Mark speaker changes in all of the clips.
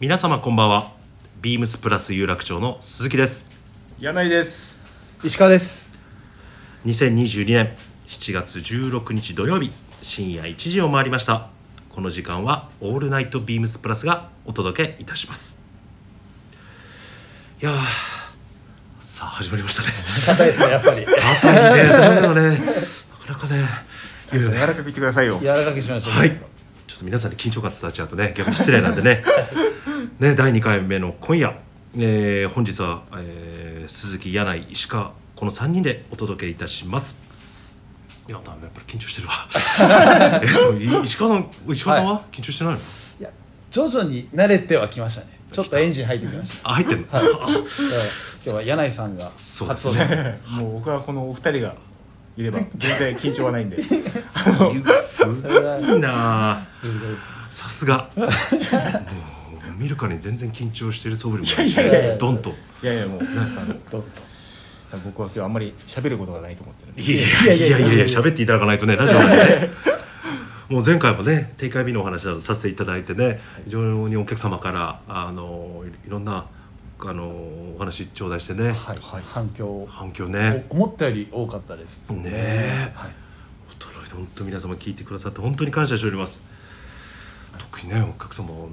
Speaker 1: 皆様こんばんはビームスプラス有楽町の鈴木です
Speaker 2: 柳井です
Speaker 3: 石川です
Speaker 1: 2022年7月16日土曜日深夜1時を回りましたこの時間はオールナイトビームスプラスがお届けいたしますいやーさあ始まりま したね
Speaker 3: 硬いですねやっぱり柔
Speaker 1: 硬 いねダメだねなかなかねいやい
Speaker 2: 柔
Speaker 1: や
Speaker 2: らかく言ってくださいよ
Speaker 3: らかくしましょう
Speaker 1: はいちょっと皆さんに緊張感伝わっちゃうとね逆に失礼なんでねね第2回目の今夜、えー本日は、えー鈴木柳井石川この3人でお届けいたしますいやだめやっぱり緊張してるわえっとい石川さん石川さんは、緊張してないの
Speaker 3: いや徐々に慣れてはきましたねちょっとエンジン入ってきました
Speaker 1: あ入ってるの、あ
Speaker 3: だから今日は柳井さんが
Speaker 1: そうです
Speaker 3: 発
Speaker 1: ね
Speaker 3: 音で
Speaker 2: もう僕はこのお二人がいれば全然緊張は ないんで
Speaker 1: すごいなあさすがもう見るからに全然緊張してる素振りもないし
Speaker 2: いやい
Speaker 3: やいや
Speaker 1: どんと
Speaker 2: いやいやもうあの僕は今日あんまり喋ることがないと思ってるんで
Speaker 1: いやいやいやいやいや喋っていただかないとねラジオなんでねもう前回もね定会日のお話などさせていただいてね非常にお客様からあのいろんなあのお話頂戴してね、
Speaker 3: はい
Speaker 2: はい
Speaker 3: 反響
Speaker 1: 反響ね
Speaker 3: 思ったより多かったです
Speaker 1: ねえ
Speaker 3: はい
Speaker 1: 驚いて本当皆様聞いてくださって本当に感謝しております特にねお客様あの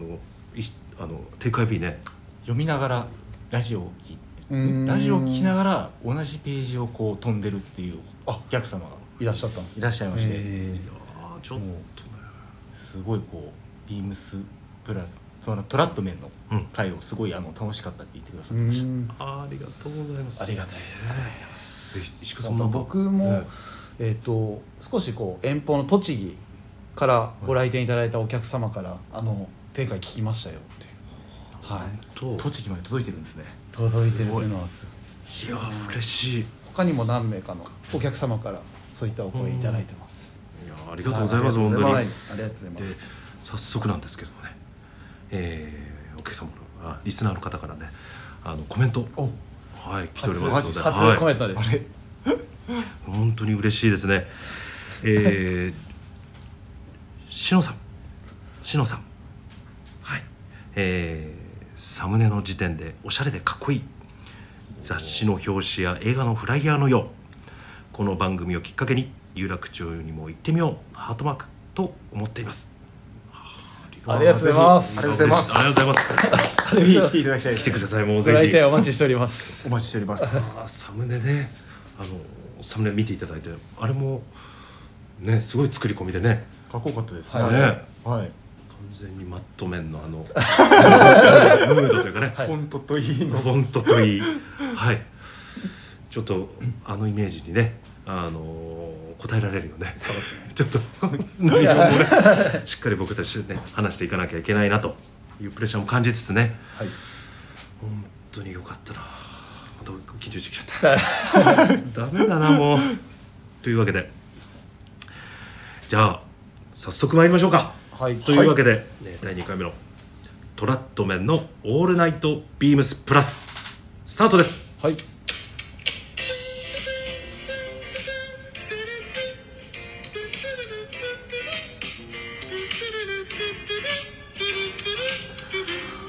Speaker 1: いあの定会日ね
Speaker 2: 読みながらラジオを聞いう
Speaker 3: ーん
Speaker 2: ラジオを聞きながら同じページをこう飛んでるっていうお客様が
Speaker 3: いらっしゃったんです
Speaker 2: いらっしゃいまして、
Speaker 3: え
Speaker 1: いやーちょっとね
Speaker 2: すごいこうビームスプラスそのトラットメンの
Speaker 1: うん
Speaker 2: 回をすごいあの楽しかったって言ってくださ
Speaker 3: ー
Speaker 2: っ
Speaker 3: う
Speaker 2: てました、
Speaker 3: ーん
Speaker 1: ありがとうございます
Speaker 3: ありがたいです
Speaker 1: え石川さんなんか
Speaker 3: 僕
Speaker 1: ね
Speaker 3: もえっと少しこう遠方の栃木からご来店いただいたお客様からあの前回聞きましたよっていうはい
Speaker 1: と
Speaker 2: 栃木まで届いてるんですね
Speaker 3: 届いてるっていうのはすごいです
Speaker 1: いやー嬉しい
Speaker 3: 他にも何名かのお客様からそういったお声いただいてます。
Speaker 1: いやーありがとうございます、
Speaker 2: はい
Speaker 1: 本当に
Speaker 2: あ
Speaker 3: は
Speaker 2: り
Speaker 3: い、
Speaker 2: が
Speaker 3: あ
Speaker 2: と
Speaker 3: り
Speaker 2: う
Speaker 3: がとうございま。
Speaker 1: です早速なんですけどもね、えー、お客様のあリスナーの方からねあのコメント
Speaker 3: お、
Speaker 1: はい来ておりますの
Speaker 3: 初
Speaker 1: で、
Speaker 3: 初コメ
Speaker 1: は
Speaker 3: ントです。
Speaker 1: い、本当に嬉しいですねえー、しのさんしのさんはいえー、サムネの時点でおしゃれでかっこいい雑誌の表紙や映画のフライヤーのようこの番組をきっかけに有楽町にも行ってみようハートマークと思っています
Speaker 3: ありがとうございます。
Speaker 2: ありがとうございます
Speaker 1: ありがとうございます
Speaker 2: ぜひ来ていただきたいで
Speaker 1: 来
Speaker 2: す
Speaker 1: てくださいもう
Speaker 3: ご来店
Speaker 1: ぜ
Speaker 3: お待ちしております。
Speaker 2: お待ちしております
Speaker 1: ひあサムネねあのサムネ見ていただいてあれもねすごい作り込みでね
Speaker 2: かっこよかったです
Speaker 3: はい
Speaker 1: ね
Speaker 2: はい
Speaker 1: 完全にマット面のあ のムードというかね、
Speaker 2: 本当といいの
Speaker 1: フォントといいはいちょっとあのイメージにねあの答えられるよねそうですねちょっと内容もねしっかり僕たちでね話していかなきゃいけないなというプレッシャーも感じつつね
Speaker 3: はい。
Speaker 1: 本当に良かったなまた緊張してきちゃった ダメだなもうというわけでじゃあ早速参りましょうか
Speaker 3: はい。
Speaker 1: というわけで、ね第2回目のトラットメンの「オールナイトビームスプラス」スタートです
Speaker 3: はい。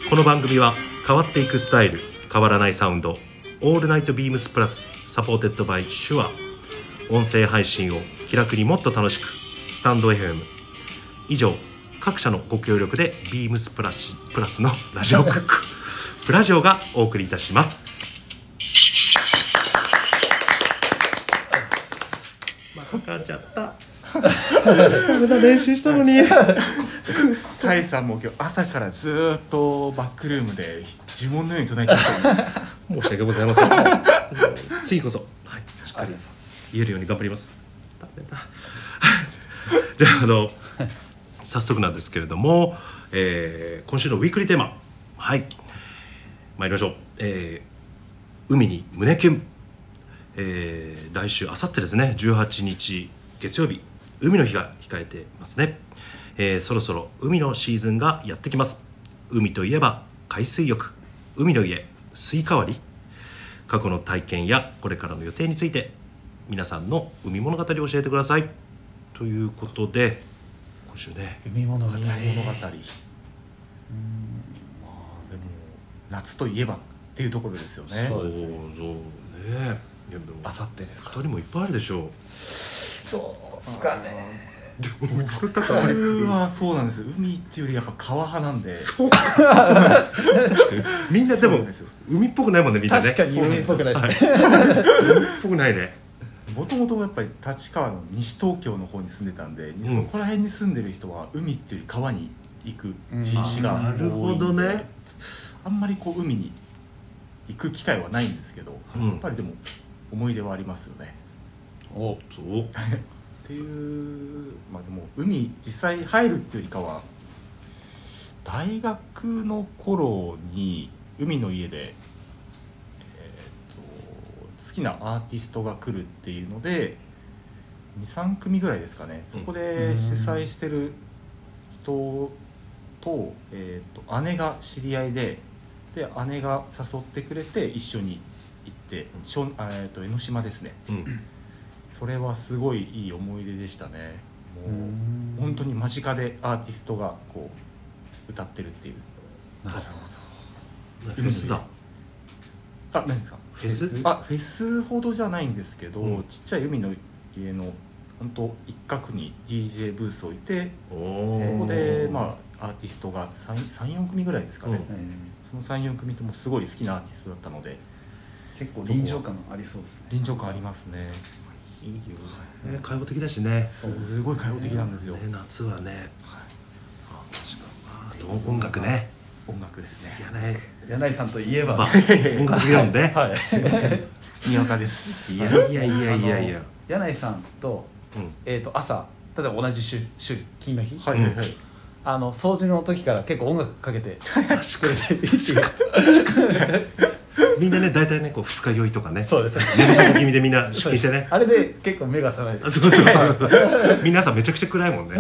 Speaker 1: この番組は変わっていくスタイル変わらないサウンド「オールナイトビームスプラス」サポーテッドバイシュア音声配信を気楽にもっと楽しくスタンド FM 以上各社のご協力でビームスプラスプラスのラジオクック プラジオがお送りいたしますまあかんちゃった無駄練習したのに
Speaker 2: サイさんも今日朝からずーっとバックルームで呪文のように唱えてましたね
Speaker 1: 申し訳ございません 次こそ、はい、しっかり言えるように頑張りますダメだ じゃああの早速なんですけれども、えー今週のウィークリーテーマはい参りましょう、えー海に胸キュン、えー来週あさってですね18日月曜日海の日が控えてますね、えーそろそろ海のシーズンがやってきます海といえば海水浴海の家スイカ割り過去の体験やこれからの予定について皆さんの海物語を教えてくださいということで今週ね
Speaker 3: 海物語。
Speaker 2: 海物語夏といえばっていうところですよね
Speaker 3: そう
Speaker 1: そう
Speaker 3: ですね
Speaker 1: そうねいやでも
Speaker 2: あさってですか
Speaker 1: 二人もいっぱいあるでしょ
Speaker 3: どうすかね
Speaker 1: うでもうちのスタッフあん まり
Speaker 2: 僕はそうなんですよ海っていうよりやっぱ川派なんで
Speaker 1: そう確かにみんなで
Speaker 2: そう
Speaker 1: も
Speaker 2: ですよ
Speaker 1: 海っぽくないもんねみんなね
Speaker 3: 確かに海っぽくない
Speaker 1: はい海っぽくないね
Speaker 2: もともとやっぱり立川の西東京の方に住んでたんで、
Speaker 1: ん
Speaker 2: そこら辺に住んでる人は海っていうより川に行く人種が
Speaker 3: あ
Speaker 2: 多いんで、
Speaker 1: なるほどね
Speaker 2: あんまりこう海に行く機会はないんですけど、
Speaker 1: うん
Speaker 2: やっぱりでも思い出はありますよね
Speaker 1: おそう
Speaker 2: っていうまあでも海実際入るっていうよりかは大学の頃に海の家で、えー、と好きなアーティストが来るっていうので23組ぐらいですかねそこ
Speaker 3: う
Speaker 2: で
Speaker 3: ん
Speaker 2: 主催してる人と,、えー、と姉が知り合いでで姉が誘ってくれて一緒に行って、しょんあえー、と江ノ島ですね
Speaker 1: うん
Speaker 2: それはすごいいい思い出でしたねもう、
Speaker 3: 本
Speaker 2: 本当に間近でアーティストがこう歌ってるっていう
Speaker 3: なるほ
Speaker 1: フェスだ
Speaker 2: あ何ですか
Speaker 1: フェス
Speaker 2: あフェスほどじゃないんですけど、
Speaker 1: うん
Speaker 2: ちっちゃい海の家の本当一角に DJ ブース置いて
Speaker 1: お
Speaker 2: そ
Speaker 1: お
Speaker 2: こでまあアーティストが34組ぐらいですかね、
Speaker 1: う
Speaker 3: ど
Speaker 2: その34組ともすごい好きなアーティストだったので
Speaker 3: 結構
Speaker 2: 臨場
Speaker 3: 感ありそうですね
Speaker 2: 臨場感ありますね
Speaker 1: いいよね開放的だしね
Speaker 2: すごい開放的なんですよ、
Speaker 1: ね夏はね
Speaker 2: はい
Speaker 1: あ確かにまああと音楽ね
Speaker 2: 音楽ですね
Speaker 1: いやね
Speaker 3: 柳井さんといえ ば
Speaker 1: まあ音楽業務ね
Speaker 3: はい
Speaker 2: にわかです
Speaker 1: いやいやいやいやいや
Speaker 3: あの柳井さんと,、
Speaker 1: うん
Speaker 3: えー、と朝例えば同じ週週金の日、
Speaker 2: はいはいはい、
Speaker 3: あの掃除の時から結構音楽か けて
Speaker 1: 確
Speaker 3: く
Speaker 1: か
Speaker 3: れ
Speaker 1: に
Speaker 3: ていいっていう
Speaker 1: みんなね大体ねこう二日酔いとかね
Speaker 3: そうです
Speaker 1: 寝不足気味でみんな出勤してね
Speaker 3: あれで結構目が覚める
Speaker 1: あそうそうそうそう皆さんめちゃくちゃ暗いもんね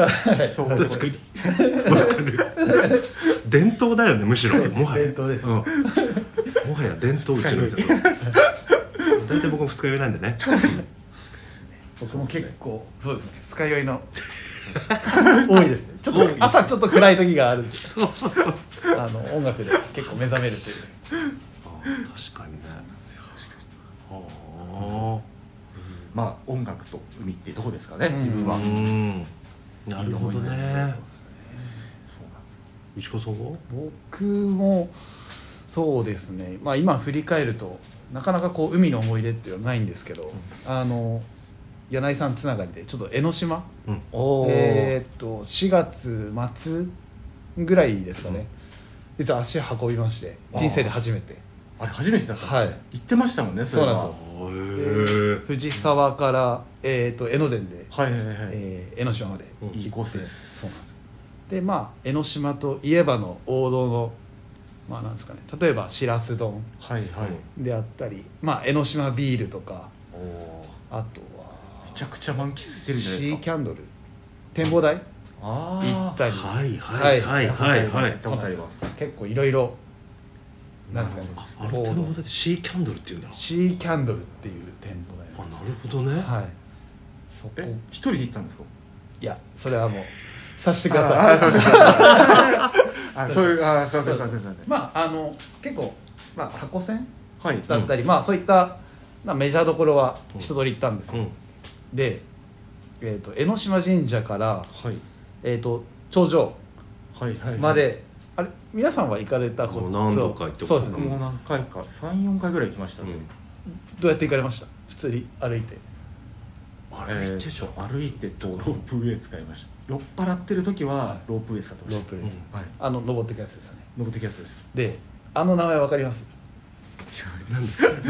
Speaker 2: そう
Speaker 1: 確かにわかる伝統だよねむしろもはや
Speaker 3: 伝統です
Speaker 1: うん、もはや伝統うちの店だ大体僕も二日酔いなんでね
Speaker 3: 僕も結構そうですね二日酔いの 多いですねちょっと朝ちょっと暗い時があるんです
Speaker 1: そうそうそう
Speaker 3: あの音楽で結構目覚めるという
Speaker 1: あー確かにねあ
Speaker 2: まあ音楽と海っていうとこですかね、
Speaker 3: うん
Speaker 2: 自分は、
Speaker 1: あう
Speaker 2: そうなんで
Speaker 1: んなるほど
Speaker 2: いい
Speaker 1: ね
Speaker 3: す
Speaker 2: す
Speaker 1: 石川さんは
Speaker 3: 僕もそうですねまあ今振り返るとなかなかこう海の思い出っていうのはないんですけど、あの柳井さんつながりでちょっと江ノ島
Speaker 1: うん
Speaker 2: おー
Speaker 3: えーっと4月末ぐらいですかね、実は足運びまして
Speaker 2: あー
Speaker 3: 人生で初めて
Speaker 2: あれ初めてだったんですね、
Speaker 3: はい
Speaker 2: 行ってましたもんねれは
Speaker 3: そうなんで
Speaker 1: へえ
Speaker 3: 藤沢から、えーっと江ノ電で、
Speaker 2: はいはいはい、
Speaker 3: えー江ノ島まで
Speaker 1: うん
Speaker 2: いいコースで
Speaker 3: そう
Speaker 2: す
Speaker 3: なんですよでまあ江ノ島といえばの王道のまあなんですかね例えばしらす丼
Speaker 2: はいはい、
Speaker 3: であったり、まあ、江ノ島ビールとか
Speaker 2: おおー
Speaker 3: あと
Speaker 2: め
Speaker 3: は
Speaker 2: ちゃくちゃ満喫してるじゃない
Speaker 3: シ
Speaker 2: で
Speaker 3: ー
Speaker 2: す
Speaker 3: キ
Speaker 2: か
Speaker 3: ャンドル展望台
Speaker 2: あ
Speaker 3: 行
Speaker 2: ー
Speaker 3: ったり
Speaker 1: はいはいはいはいはい
Speaker 2: 行ったことあります
Speaker 3: 結構いろいろなんですかね
Speaker 2: なる
Speaker 1: あれ展望台ってシーキャンドルっていうんだ
Speaker 3: シーキャンドルっていう展望
Speaker 1: あ
Speaker 3: 台なんで
Speaker 1: なるほどね
Speaker 3: すはいそこ
Speaker 2: え一人で行ったんですか
Speaker 3: いやそれは もうさしてくだ
Speaker 2: あ
Speaker 3: さ
Speaker 2: あそ
Speaker 3: い
Speaker 2: う ですあそういうあそうそうそうそうそう
Speaker 3: まああの結構まあタコ船
Speaker 2: はい
Speaker 3: だったり、まあそういったなメジャーどころは一通り行ったんです
Speaker 1: う
Speaker 3: よ、
Speaker 1: ん
Speaker 3: で、えー、と江ノ島神社から、
Speaker 2: はい
Speaker 3: えー、と頂上
Speaker 2: はいはい
Speaker 3: まで、あれ皆さんは行かれたこと
Speaker 1: もう何度か行ってます
Speaker 3: そうです
Speaker 2: 僕
Speaker 3: ね
Speaker 2: も何回か三四回ぐらい行きましたね、
Speaker 3: どうやって行かれました普通に歩いて
Speaker 1: あ
Speaker 2: え
Speaker 1: れ
Speaker 2: ー
Speaker 1: 行ってじゃん
Speaker 2: 歩いてとロープウェイ使いました酔っ払ってる時はロープウェイ使ってま
Speaker 3: ロー
Speaker 2: し
Speaker 3: プレース、
Speaker 2: たはい
Speaker 3: あの登っていくやつですよね
Speaker 2: 登ってきやつです
Speaker 3: であの名前わかります
Speaker 1: な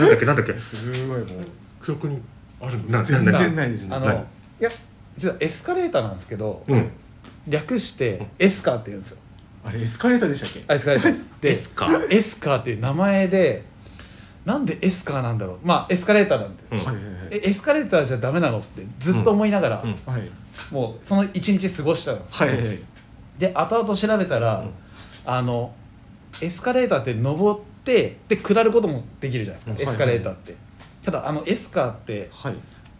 Speaker 1: んだっけなんだっけなんだっけ
Speaker 2: すごいもう
Speaker 1: 記憶にあるな
Speaker 2: 全
Speaker 1: な
Speaker 2: 然ないですね
Speaker 3: あの、
Speaker 1: 何
Speaker 3: いや実はエスカレーターなんですけど、
Speaker 1: うん
Speaker 3: 略してエスカーって言うんですよ
Speaker 2: あれエスカレーターでしたっけ
Speaker 3: あエスカレーター ですで
Speaker 1: エスカー
Speaker 3: エスカーっていう名前でなんでエスカーなんだろうまあエスカレーターなんで、
Speaker 1: うん
Speaker 2: はいはいはい
Speaker 3: えエスカレーターじゃダメなのってずっと思いながら、
Speaker 1: うん
Speaker 2: はい
Speaker 3: もうその一日過ごしたんです
Speaker 2: はいはいはい
Speaker 3: で後々調べたら、
Speaker 1: うん
Speaker 3: あのエスカレーターって登ってで下ることもできるじゃないですか、
Speaker 1: うん
Speaker 3: エスカレーターって、ただあのエスカーって
Speaker 2: はい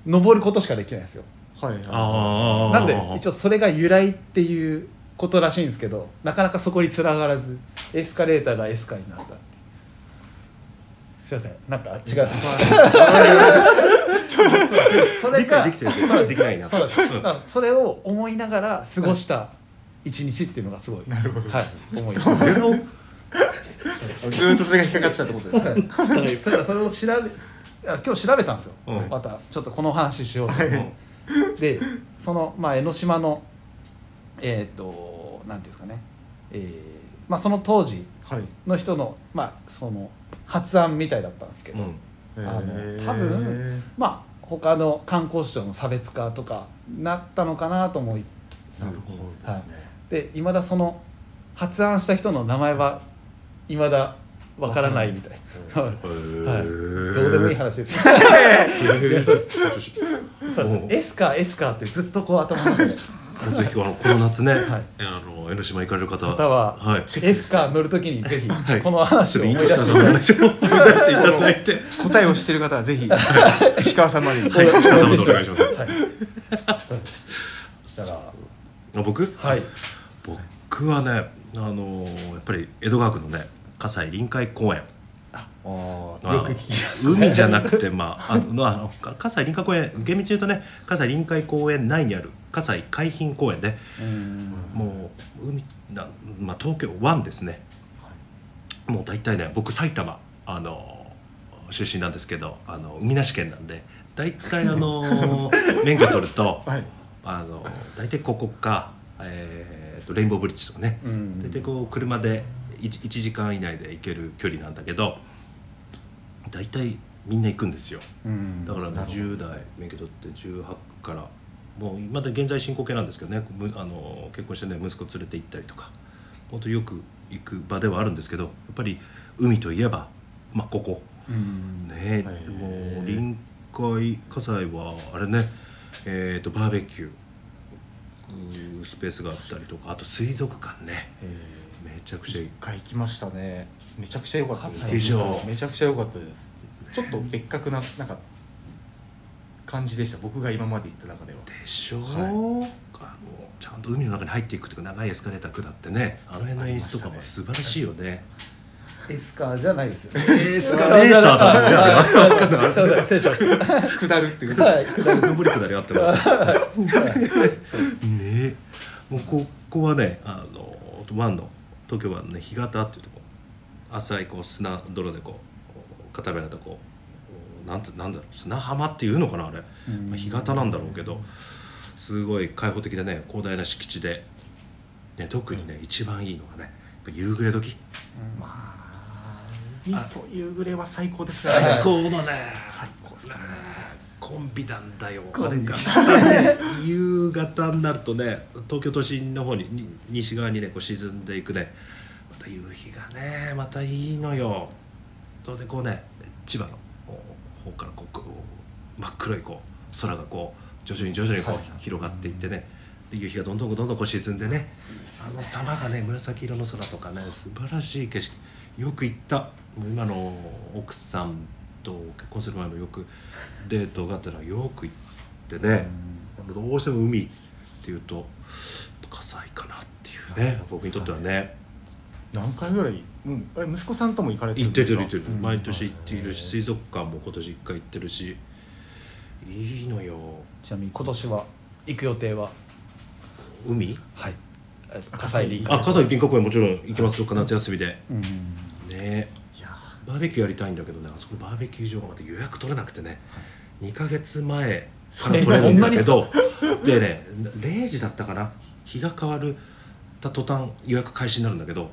Speaker 3: 登ることしかできないんですよ
Speaker 2: はいはい
Speaker 1: ああ
Speaker 3: なんで一応それが由来っていうことらしいんですけどなかなかそこにつながらずエスカレーターがエスカーになったっていうすいませんなんか 違うそれ
Speaker 1: 理
Speaker 3: が
Speaker 1: 解できてるけどそれはできないな
Speaker 3: そうですだからそれを思いながら過ごした一日っていうのがすごい
Speaker 2: なるほど
Speaker 3: はい思います
Speaker 1: それを
Speaker 2: ずーっとそれが引っかかってたってことですね
Speaker 3: はいただそれを調べあ今日調べたんですよ、
Speaker 1: うん
Speaker 3: またちょっとこの話しようと思って、でその、まあ、江ノ島のえっ、となんていうんですかね、えーまあ、その当時
Speaker 2: はい
Speaker 3: の人の,、まあその発案みたいだったんですけど、
Speaker 1: うん
Speaker 2: あ
Speaker 3: の多分まあ他の観光市長の差別化とかなったのかなと思いつつ
Speaker 2: なるほどですね、
Speaker 3: でいまだその発案した人の名前はいまだわからないみたいな。はいはい、どうでもいい話です。そうですエスカーエスカーってずっとこう頭の中に
Speaker 1: もうぜひあのこの夏ね、
Speaker 3: はい
Speaker 1: あの江ノ島行かれる方
Speaker 3: 方は
Speaker 1: はい、ちょ
Speaker 3: エスカー乗るときにぜ
Speaker 1: はい
Speaker 3: ひこの話
Speaker 1: っ
Speaker 3: を
Speaker 1: と
Speaker 3: 思い出
Speaker 1: 石
Speaker 3: して
Speaker 1: 川さんの話を思い出していただいて、
Speaker 2: 答えをしてる方は ぜひ石川さんまでに
Speaker 1: はい、石川さんもお願いします。
Speaker 3: だか
Speaker 1: あ僕
Speaker 3: らはい
Speaker 1: 僕はね、あのーやっぱり江戸川区のね、葛西臨海公園。
Speaker 2: あ
Speaker 1: ま
Speaker 2: あ
Speaker 1: あ
Speaker 2: よく聞きます
Speaker 1: 海じゃなくて、まあ、あの、あの、か葛西臨海公園、厳密に言うとね、葛西臨海公園内にある。葛西海浜公園で、
Speaker 3: うん
Speaker 1: もう、海、な、まあ、東京湾ですね。もう大体ね、僕埼玉、あのー出身なんですけど、あの、海なし県なんで。大体、あ のー免許取ると、
Speaker 2: はい
Speaker 1: あの大体ここか、えー、とレインボーブリッジとかね、
Speaker 3: うん
Speaker 1: 大体こう車で 1, 時間以内で行ける距離なんだけど大体みんな行くんですよ
Speaker 3: うん
Speaker 1: だからね
Speaker 2: なるほど
Speaker 1: 10代免許取って18からもうまだ現在進行形なんですけどねむあの結婚してね息子連れて行ったりとか本当よく行く場ではあるんですけどやっぱり海といえば、まあ、ここ
Speaker 3: うん
Speaker 1: ね
Speaker 2: はい
Speaker 1: もう臨海火災はあれねえっ、とバーベキューうースペースがあったりとかあと水族館ねめちゃくちゃいい
Speaker 2: 一回行きましたねめちゃくちゃ良かったです
Speaker 1: でしょう
Speaker 2: めちゃくちゃ良かったですちょっと別格ななんか感じでした僕が今まで行った中では
Speaker 1: でしょう、
Speaker 2: はい
Speaker 1: あのちゃんと海の中に入っていくというか長いエスカレーター下ってねあの辺の演出とかも素晴らしいよ ね
Speaker 3: エスカーじゃないですよね
Speaker 1: エスカレーターだと思うよあ
Speaker 3: はいすいません失礼しまし
Speaker 2: 下るっていう
Speaker 3: たはい下り
Speaker 1: れ上り下りあって もねもうここはねあの湾の東京湾のね干潟っていうとこ浅いこう砂泥でこう固められたこうなんてなんだろう砂浜っていうのかなあれ、
Speaker 3: うん
Speaker 1: まあ、干潟なんだろうけどすごい開放的でね広大な敷地で、ね、特にね、一番いいのがねやっぱ夕暮れ時
Speaker 2: まあ海と夕暮れは最高ですからね
Speaker 1: 最高のね、
Speaker 2: 最高ですからね
Speaker 1: コンビなんだよ
Speaker 3: コ
Speaker 1: あれ
Speaker 3: ンビ
Speaker 1: が、ね、夕方になるとね東京都心の方にに西側にねこう沈んでいくねまた夕日がねまたいいのよそれでこうね千葉の方からこうこう真っ黒いこう空がこう徐々に徐々にこう、
Speaker 2: はい
Speaker 1: 広がっていってねで夕日がどんどんどんどんこう沈んでねあの様がね紫色の空とかね素晴らしい景色よく行ったもう今の奥さんと結婚する前もよくデートがあったらよく行ってねあのどうしても海っていうと火災かなっていうね僕にとってはね
Speaker 2: 何回ぐらい、うん、あれ息子さんとも行かれて
Speaker 1: 行
Speaker 2: る
Speaker 1: っ
Speaker 2: ん
Speaker 1: て
Speaker 2: で
Speaker 1: る
Speaker 2: す
Speaker 1: 行
Speaker 2: か
Speaker 1: ってる
Speaker 3: うん
Speaker 1: 毎年行っているし水族館も今年一回行ってるしいいのよ
Speaker 3: ちなみに今年は行く予定は
Speaker 1: 海
Speaker 3: はい火災リー
Speaker 1: あ火災臨海公園もちろん行きますよ夏休みで
Speaker 3: うん
Speaker 1: ね
Speaker 2: いや
Speaker 1: バーベキューやりたいんだけどねあそこバーベキュー場がまた予約取れなくてね、2ヶ月前から取れるんだけどでね0時だったかな日が変わるた途端予約開始になるんだけど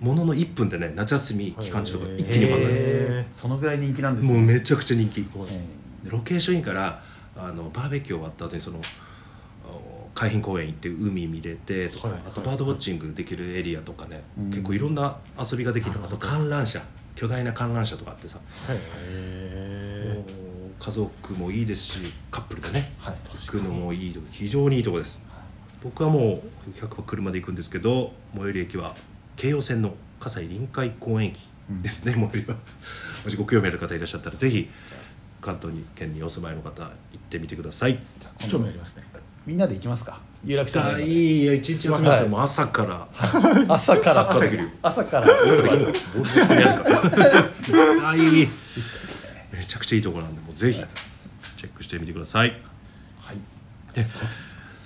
Speaker 1: ものの1分でね夏休み期間中とか一気に埋まる、
Speaker 3: へーそのぐらい人気なんですね
Speaker 1: もうめちゃくちゃ人気
Speaker 3: え
Speaker 1: でロケーションインからあのバーベキュー終わった後にそのあの海浜公園行って海見れてとか、
Speaker 2: はい
Speaker 1: あとバードウォッチングできるエリアとかね、
Speaker 3: うん
Speaker 1: 結構いろんな遊びができるあと観覧車巨大な観覧車とかあってさ、も
Speaker 2: へ
Speaker 1: う家族もいいですしカップルでね
Speaker 3: はい
Speaker 1: 行くのもいいとこ非常にいいとこです僕はもう100%車で行くんですけど最寄り駅は京葉線の葛西臨海公園駅ですね、最寄りはもしご興味ある方いらっしゃったらぜひ関東に県にお住まいの方行ってみてください
Speaker 2: え興味ありますね
Speaker 3: みんなで行きますか有楽町の
Speaker 1: だ
Speaker 3: 中
Speaker 1: い
Speaker 3: で
Speaker 1: いや一日休みだったらもう朝から
Speaker 3: 朝から
Speaker 1: 朝行けるよ
Speaker 3: 朝から
Speaker 1: そういうことできるのボール持ち込みあるからだいいめちゃくちゃいいところなんでもうぜひチェックしてみてください
Speaker 3: はい
Speaker 1: で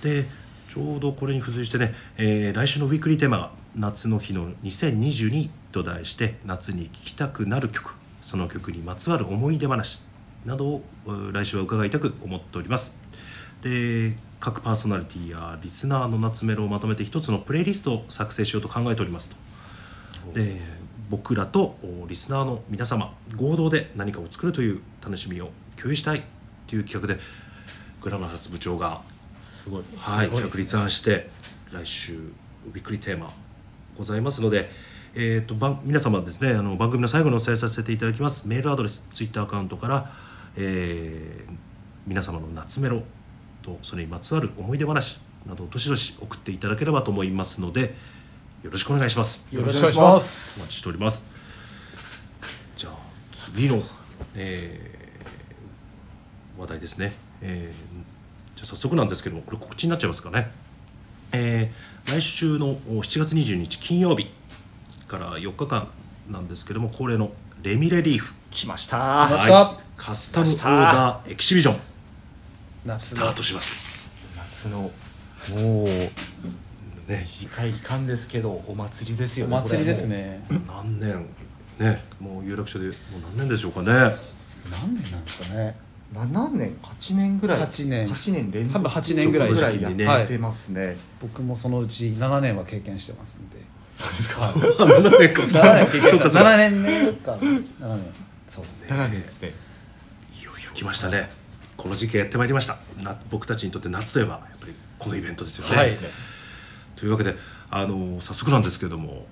Speaker 1: でちょうどこれに付随してね、えー来週のウィークリーテーマが「夏の日の2022」と題して夏に聴きたくなる曲その曲にまつわる思い出話などをえー来週は伺いたく思っておりますで各パーソナリティやリスナーの夏メロをまとめて一つのプレイリストを作成しようと考えておりますとで僕らとおリスナーの皆様合同で何かを作るという楽しみを共有したいという企画でグラナハス部長が
Speaker 2: すごい
Speaker 1: はい、
Speaker 3: すごいで
Speaker 1: 企画
Speaker 3: すね
Speaker 1: 立案して来週ウィークリーテーマございますので、えー、と番皆様ですねあの番組の最後にお伝えさせていただきますメールアドレスツイッターアカウントから、えー皆様の夏メロとそれにまつわる思い出話などをどしどし送っていただければと思いますのでよろしくお願いします。
Speaker 3: よろしくお願いします
Speaker 1: お待ちしておりますじゃあ次の、えー話題ですね、えーじゃあ早速なんですけどもこれ告知になっちゃいますかね、えー来週のお7月22日金曜日から4日間なんですけども恒例のレミレリーフ
Speaker 2: 来ました
Speaker 3: ました
Speaker 1: いカスタムオーダーエキシビジョンス
Speaker 3: 夏
Speaker 1: タートします
Speaker 2: 夏のもう
Speaker 1: ね
Speaker 2: 短い期間ですけどお祭りですよ
Speaker 3: お
Speaker 2: ね
Speaker 3: 祭りです
Speaker 2: こ
Speaker 3: ね
Speaker 1: 何年ねもう有楽町でもう何年でしょうかね
Speaker 3: 何年なんですかね
Speaker 2: れはもう7年8年ぐらい
Speaker 3: 8年
Speaker 2: 8年連続
Speaker 3: 多分8年ぐらい
Speaker 2: ぐら
Speaker 1: ちょっ
Speaker 2: い
Speaker 1: と
Speaker 2: や
Speaker 1: 時期にね
Speaker 2: ってますね、
Speaker 3: 僕もそのうち7年は経験してますんで
Speaker 1: 7年かそうかそうか
Speaker 3: 7年経験した7年目か7年そうですね
Speaker 2: 7年ですね
Speaker 1: いよいよ来ましたねこの時期やってまいりましたな僕たちにとって夏といえばやっぱりこのイベントですよね、
Speaker 3: はい
Speaker 2: そうですね
Speaker 1: というわけであの早速なんですけれども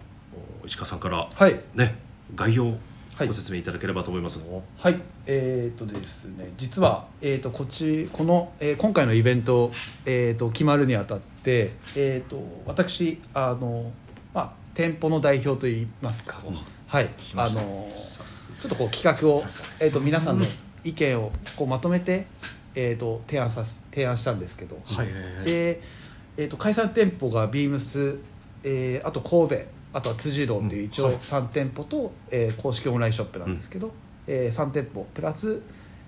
Speaker 1: お石川さんから、
Speaker 3: はい
Speaker 1: ね概要を
Speaker 3: はい
Speaker 1: ご説明いただければと思います、
Speaker 3: はい、えー、とですね、実は、えー、とこっちこの、えー今回のイベント、えー、と決まるにあたって、えー、と私あの、まあ、店舗の代表といいますか、
Speaker 1: うん
Speaker 3: はい、
Speaker 2: きま
Speaker 3: あ
Speaker 2: した
Speaker 3: の
Speaker 1: さす
Speaker 3: ちょっとこう企画を
Speaker 2: さすがで、す
Speaker 3: えー、と皆さんの意見をこうまとめて、えー、と提案さす提案したんですけど、
Speaker 2: はいはいはい
Speaker 3: で、えー、と解散店舗がビームス、えーあと神戸あとは辻堂っていう一
Speaker 2: うん
Speaker 3: 応
Speaker 2: はい
Speaker 3: 3店舗と、えー公式オンラインショップなんですけど、え3店舗プラス、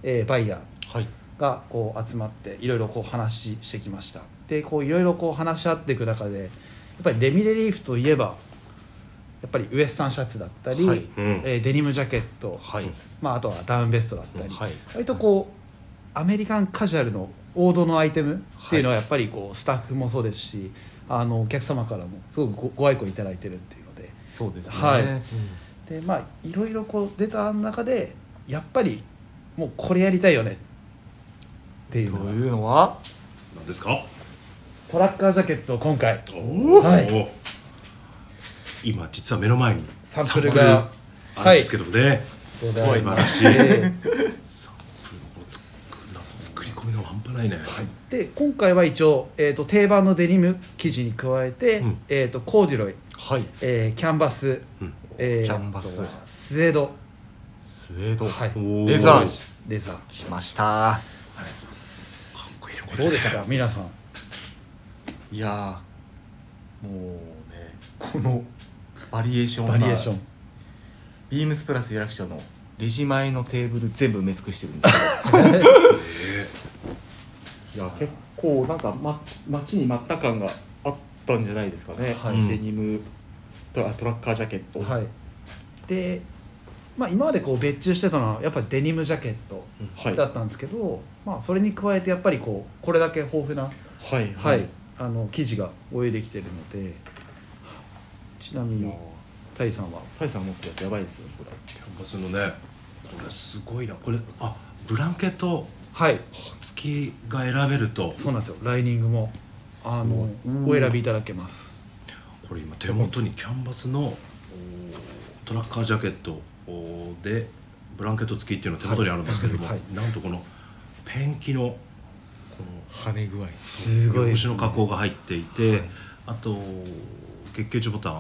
Speaker 3: えーバイヤ
Speaker 2: はい
Speaker 3: ーがこう集まっていろいろこう話してきましたでこういろいろこう話し合っていく中でやっぱりレミレリーフといえばやっぱりウエスタンシャツだったり、
Speaker 2: はい
Speaker 1: うん
Speaker 3: えーデニムジャケット、
Speaker 2: はい
Speaker 3: まあ、あとはダウンベストだったり、
Speaker 2: はい
Speaker 3: 割とこうアメリカンカジュアルの王道のアイテムっていうのはやっぱりこうスタッフもそうですしあのお客様からもすごくごご愛顧いただいてるっていうので
Speaker 2: そうですね
Speaker 3: はい
Speaker 2: うん
Speaker 3: でまあいろいろこう出た中でやっぱりもうこれやりたいよねっていう
Speaker 2: と
Speaker 3: のが
Speaker 2: いうのは
Speaker 1: 何ですか
Speaker 3: トラッカージャケットを今回
Speaker 1: おー
Speaker 3: はい
Speaker 1: おー今実は目の前に
Speaker 3: サンプルが
Speaker 1: サンプルあるんですけどね、
Speaker 3: ご
Speaker 1: 素
Speaker 3: ざい
Speaker 1: 晴
Speaker 3: ま
Speaker 1: らしい、
Speaker 3: して
Speaker 1: サンプルの作作り込みが半端ないね、
Speaker 3: で今回は一応、えー、と定番のデニム生地に加えて、
Speaker 1: うん
Speaker 3: えー、とコーデュロイ、
Speaker 2: はい
Speaker 3: えーキャンバス、
Speaker 1: うん
Speaker 3: えー
Speaker 2: キャンバス
Speaker 3: あとはスエード
Speaker 2: スウェード
Speaker 3: はい
Speaker 1: お
Speaker 2: レザー
Speaker 3: レザー
Speaker 2: 来ました
Speaker 1: かっこいいねこれ
Speaker 3: どうでしたか皆さん
Speaker 2: いやーもうねこのバリエーションが
Speaker 3: バリエーション
Speaker 2: ビームスプラス有楽町のレジ前のテーブル全部埋め尽くしてるんですけど いや結構なんか、ま、待ちに待った感があったんじゃないですかね、
Speaker 3: はい
Speaker 2: デニムトラトラッカージャケット、
Speaker 3: はいで、まあ、今までこう別注してたのはやっぱりデニムジャケット
Speaker 2: はい
Speaker 3: だったんですけど、まあ、それに加えてやっぱりこうこれだけ豊富な、
Speaker 2: はい
Speaker 3: は
Speaker 2: はいい
Speaker 3: あの生地がご用意できてるのでちなみ
Speaker 2: いや
Speaker 3: に
Speaker 2: ー
Speaker 3: タイさんは
Speaker 2: タイさん持ってるやつやばいですよこ
Speaker 1: キャンバスのねこれすごいなこれあブランケット
Speaker 3: はい
Speaker 1: 付きが選べると
Speaker 3: そうなんですよライニングもあの
Speaker 2: すごいうん
Speaker 3: お選びいただけます
Speaker 1: これ今手元にキャンバスのおートラッカージャケットおーでブランケット付きっていうのが手元にあるんですけれども、
Speaker 3: はい
Speaker 1: なんとこのペンキのこ
Speaker 2: れ跳ね具合
Speaker 3: す
Speaker 1: の
Speaker 3: ごい
Speaker 1: 用
Speaker 3: で
Speaker 1: 紙
Speaker 3: す
Speaker 1: の
Speaker 3: ね
Speaker 1: 加工が入っていて、あと月桂樹ボタン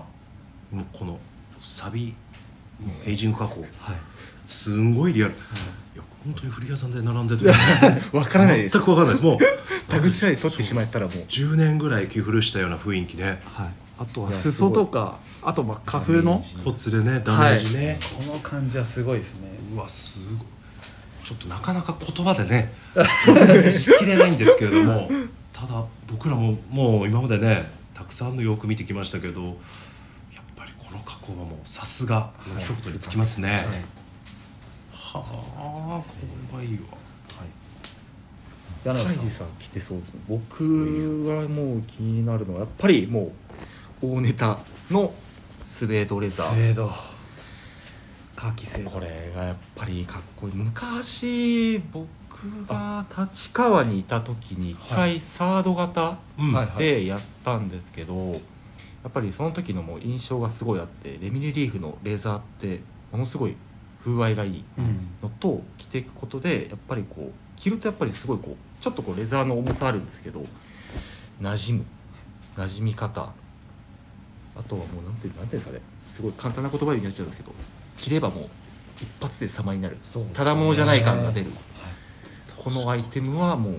Speaker 1: もうこのサビエイジング加工
Speaker 3: はい
Speaker 1: すんごいリアル、い、や本当に古着屋さんで並んでて
Speaker 2: わからないです
Speaker 1: 全く分かんないですもう
Speaker 2: タグつかで取ってしまったらもう
Speaker 1: 10年ぐらい着古したような雰囲気ね
Speaker 3: はい、あと
Speaker 2: い
Speaker 3: は
Speaker 2: やすごい
Speaker 3: 裾とかあとまあ花粉の
Speaker 1: ほつれねダメージね、
Speaker 3: この感じはすごいですね
Speaker 1: うわすごいちょっとなかなか言葉でね説明しきれないんですけれど もただ僕らももう今までねたくさんの洋服見てきましたけどやっぱりこの加工はもうさすがの一言につきますね
Speaker 2: はい
Speaker 1: はあこれはいいわ
Speaker 3: 柳
Speaker 2: カイ
Speaker 3: 田さん
Speaker 2: ジさん来てそうですね僕はもう気になるのはやっぱりもう大ネタのスウェードレザ
Speaker 3: ス
Speaker 2: ー
Speaker 3: ウェードカーキスウェード
Speaker 2: これがやっぱりかっこいい昔僕が立川にいた時に一
Speaker 3: は
Speaker 2: 回サード型
Speaker 1: うん、
Speaker 3: はいはい
Speaker 2: でやったんですけどやっぱりその時のもう印象がすごいあってレミニリーフのレザーってものすごい風合いがいい
Speaker 3: うん
Speaker 2: のと着ていくことでやっぱりこう着るとやっぱりすごいこうちょっとこうレザーの重さあるんですけど馴染む馴染み方あとはもうなんてなんていうんですかねすごい簡単な言葉で言っちゃうんですけど着ればもう一発で様になる
Speaker 3: そうですね
Speaker 2: ただものじゃない感が出る、このアイテムはもう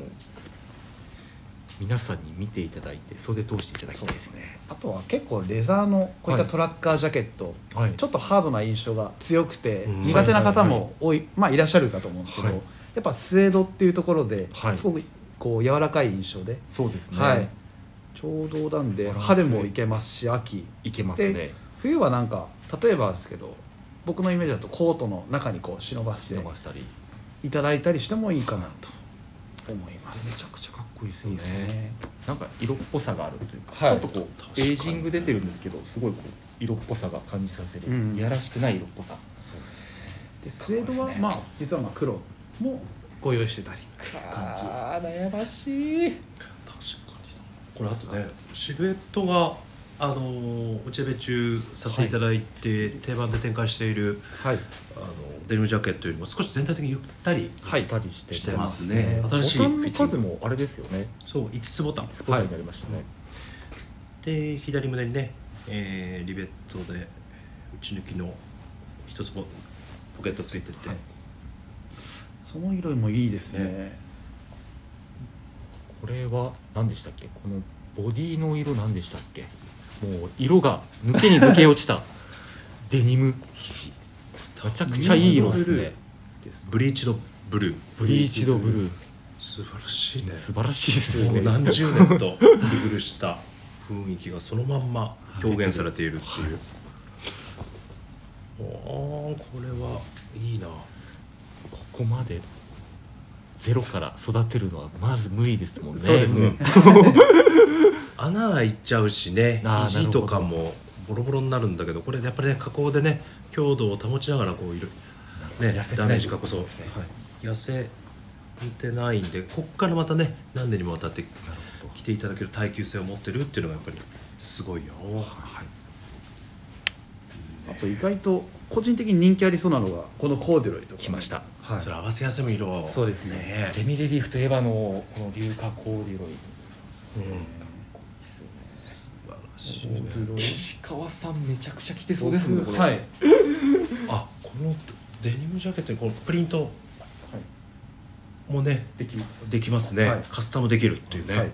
Speaker 2: 皆さんに見ていただいて袖通していただきたいですね
Speaker 3: あとは結構レザーのこういったトラッカージャケット、
Speaker 2: はい
Speaker 3: ちょっとハードな印象が強くて
Speaker 1: うん
Speaker 3: 苦手な方も多い、まあいらっしゃるかと思うんですけど、
Speaker 2: はい
Speaker 3: やっぱスウェードっていうところで、
Speaker 2: はい
Speaker 3: すごくこう柔らかい印象で、
Speaker 2: そうですね、
Speaker 3: はい、ちょうどなんで
Speaker 2: バランス
Speaker 3: 春もいけますし秋
Speaker 2: い、けますね
Speaker 3: 冬はなんか例えばですけど僕のイメージだとコートの中にこう忍ばせ
Speaker 2: 伸
Speaker 3: て
Speaker 2: ばしたり
Speaker 3: いただいたりしてもいいかなと思いま
Speaker 2: めちゃ
Speaker 3: す。
Speaker 2: くちゃかっこいいですよ
Speaker 3: いい
Speaker 2: ね
Speaker 3: ですね。
Speaker 2: なんか色っぽさがあるというか、
Speaker 3: はい
Speaker 2: ちょっとこ
Speaker 1: 確
Speaker 2: う
Speaker 1: かに
Speaker 2: エイジング出てるんですけどすごいこう色っぽさが感じさせる、
Speaker 3: うん
Speaker 2: いやらしくない色っぽさ
Speaker 3: でスウェードは、
Speaker 2: そうですね
Speaker 3: まあ実はまあ黒もご用意してたり感じ。
Speaker 2: あー悩ましい
Speaker 1: 確かにこれあとねシルエットがあのお茶べ中させていただいて、定番で展開している
Speaker 3: はい。
Speaker 1: あのデニムジャケットよりも少し全体的にゆったり
Speaker 2: はいたりして
Speaker 1: してますね
Speaker 2: ボタ
Speaker 1: 新しい
Speaker 2: ンの数もあれですよね
Speaker 1: そう5つボタン
Speaker 2: スポットになりましたね、
Speaker 1: で左胸にね、えーリベットで打ち抜きの一つポポケットついてて、
Speaker 3: その色もいいですね。
Speaker 2: これは何でしたっけこのボディの色何でしたっけもう色が抜けに抜け落 ちたデニム生地めちゃくちゃいい色です
Speaker 3: ブル
Speaker 2: ね
Speaker 3: ーですね
Speaker 1: ブリーチドブルー
Speaker 2: ブリーチドブル
Speaker 1: 素晴らしいね
Speaker 2: ー素晴らしいです
Speaker 1: もう
Speaker 2: ね
Speaker 1: 何十年と着古した雰囲気がそのまんま表現されているっていうおーこれはいいな
Speaker 2: ここまでゼロから育てるのはまず無理ですもんね。
Speaker 3: そうですね。
Speaker 1: 穴はいっちゃうしね
Speaker 2: あー
Speaker 1: 肘とか
Speaker 2: な
Speaker 1: もボロボロになるんだけどこれやっぱりね加工でね強度を保ちながらこういるね
Speaker 2: 痩せてな
Speaker 1: ダ
Speaker 2: い
Speaker 1: メージ加工そう、痩せてないんでこっからまたね何年にもわたって着ていただける耐久性を持ってるっていうのがやっぱりすごいよ、
Speaker 3: あと意外と個人的に人気ありそうなのがこのコーデュロイとか。
Speaker 2: 来まし。た。
Speaker 3: はい
Speaker 1: そ。れ合わせやすい色を
Speaker 3: そうですね
Speaker 2: デミレリーフといえばあのこの硫化コーデュロ
Speaker 1: うん
Speaker 2: イ。ですよ
Speaker 1: 素晴らしい
Speaker 3: コーデュロ
Speaker 2: ね
Speaker 3: イ。
Speaker 2: 石川さんめちゃくちゃ着てそうですもんね。これ
Speaker 3: はい。
Speaker 1: あこのデニムジャケットにこのプリントもね
Speaker 3: できます。
Speaker 1: できますね、
Speaker 3: はい
Speaker 1: カスタムできるっていうね、
Speaker 3: はい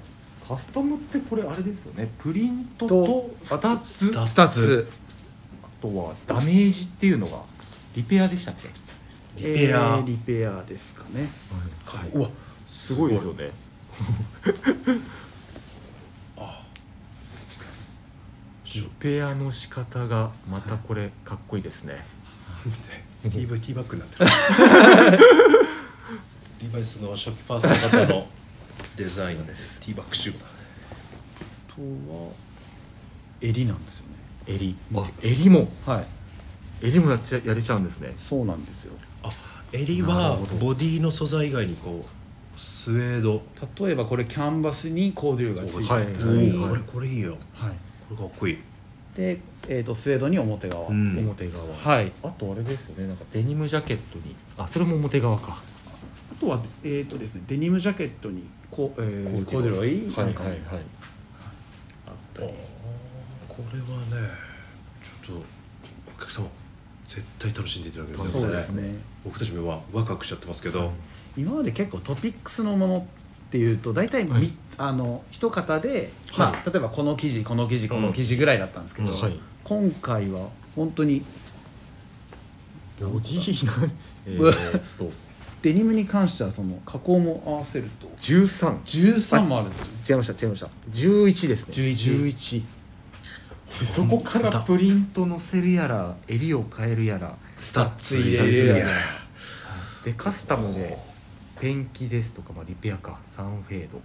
Speaker 2: カスタムってこれあれですよね。プリント
Speaker 3: と
Speaker 2: とスタッツ
Speaker 1: スタ
Speaker 2: あ
Speaker 1: ッ
Speaker 3: 二つ。
Speaker 2: とはダメージっていうのがリペアでしたっけ？
Speaker 1: リペア、
Speaker 3: えーリペアですかね。
Speaker 1: かうわ
Speaker 2: すごいですよ ね。リペアの仕方がまたこれかっこいいですね。
Speaker 1: ティーバイティーバッグになってる リバイスの初期ファースト型のデザインでティーバッグシューだね
Speaker 3: あとは襟なんですよね。
Speaker 2: 襟
Speaker 3: あ
Speaker 2: 襟も
Speaker 3: はい。
Speaker 2: 襟もやっちゃやれちゃうんですね
Speaker 3: そうなんですよ。
Speaker 1: あ襟
Speaker 2: な
Speaker 1: は
Speaker 2: るほど
Speaker 1: ボディの素材以外にこうスウェード
Speaker 3: 例えばこれキャンバスにコーデュロイがついて
Speaker 2: はい
Speaker 3: た
Speaker 1: お
Speaker 3: り、
Speaker 1: ーこれこれいいよ
Speaker 3: はい。
Speaker 1: これかっこいい
Speaker 3: で、えっとスウェードに表側。
Speaker 1: うん
Speaker 2: 表側
Speaker 3: はい。
Speaker 2: あとあれですよねなんかデニムジャケットにあそれも表側か
Speaker 3: あとは、えーとですね、デニムジャケットにコ,、えー、コーデュロイ
Speaker 2: はいはいは
Speaker 3: ないんか
Speaker 1: あーこれはねちょっとお客様絶対楽しんでいただけると思いま
Speaker 3: そうですす
Speaker 1: ね
Speaker 3: ね
Speaker 1: 僕たちも今ワクワクしちゃってますけど、
Speaker 3: 今まで結構トピックスのものっていうと大体み、
Speaker 2: はい
Speaker 3: あの一方で、
Speaker 1: はい
Speaker 3: まあ、例えばこの記事この記事この記事ぐらいだったんですけど、
Speaker 1: うん
Speaker 2: はい
Speaker 3: 今回は本当に
Speaker 2: ボディ ーのえ
Speaker 3: うわ
Speaker 2: ーっと
Speaker 3: デニムに関してはその加工も合わせると
Speaker 2: 13
Speaker 3: 13もあるんですよね
Speaker 2: 違いました違いました11ですね
Speaker 3: 11
Speaker 2: 11でそこからプリント載せるやら襟を変えるやら
Speaker 1: スタッツ
Speaker 3: 入
Speaker 1: 入
Speaker 3: れ
Speaker 1: れ
Speaker 3: る
Speaker 1: る
Speaker 3: や
Speaker 1: や
Speaker 3: ん
Speaker 2: でカスタムでペンキですとか、まあ、リペアかサンフェード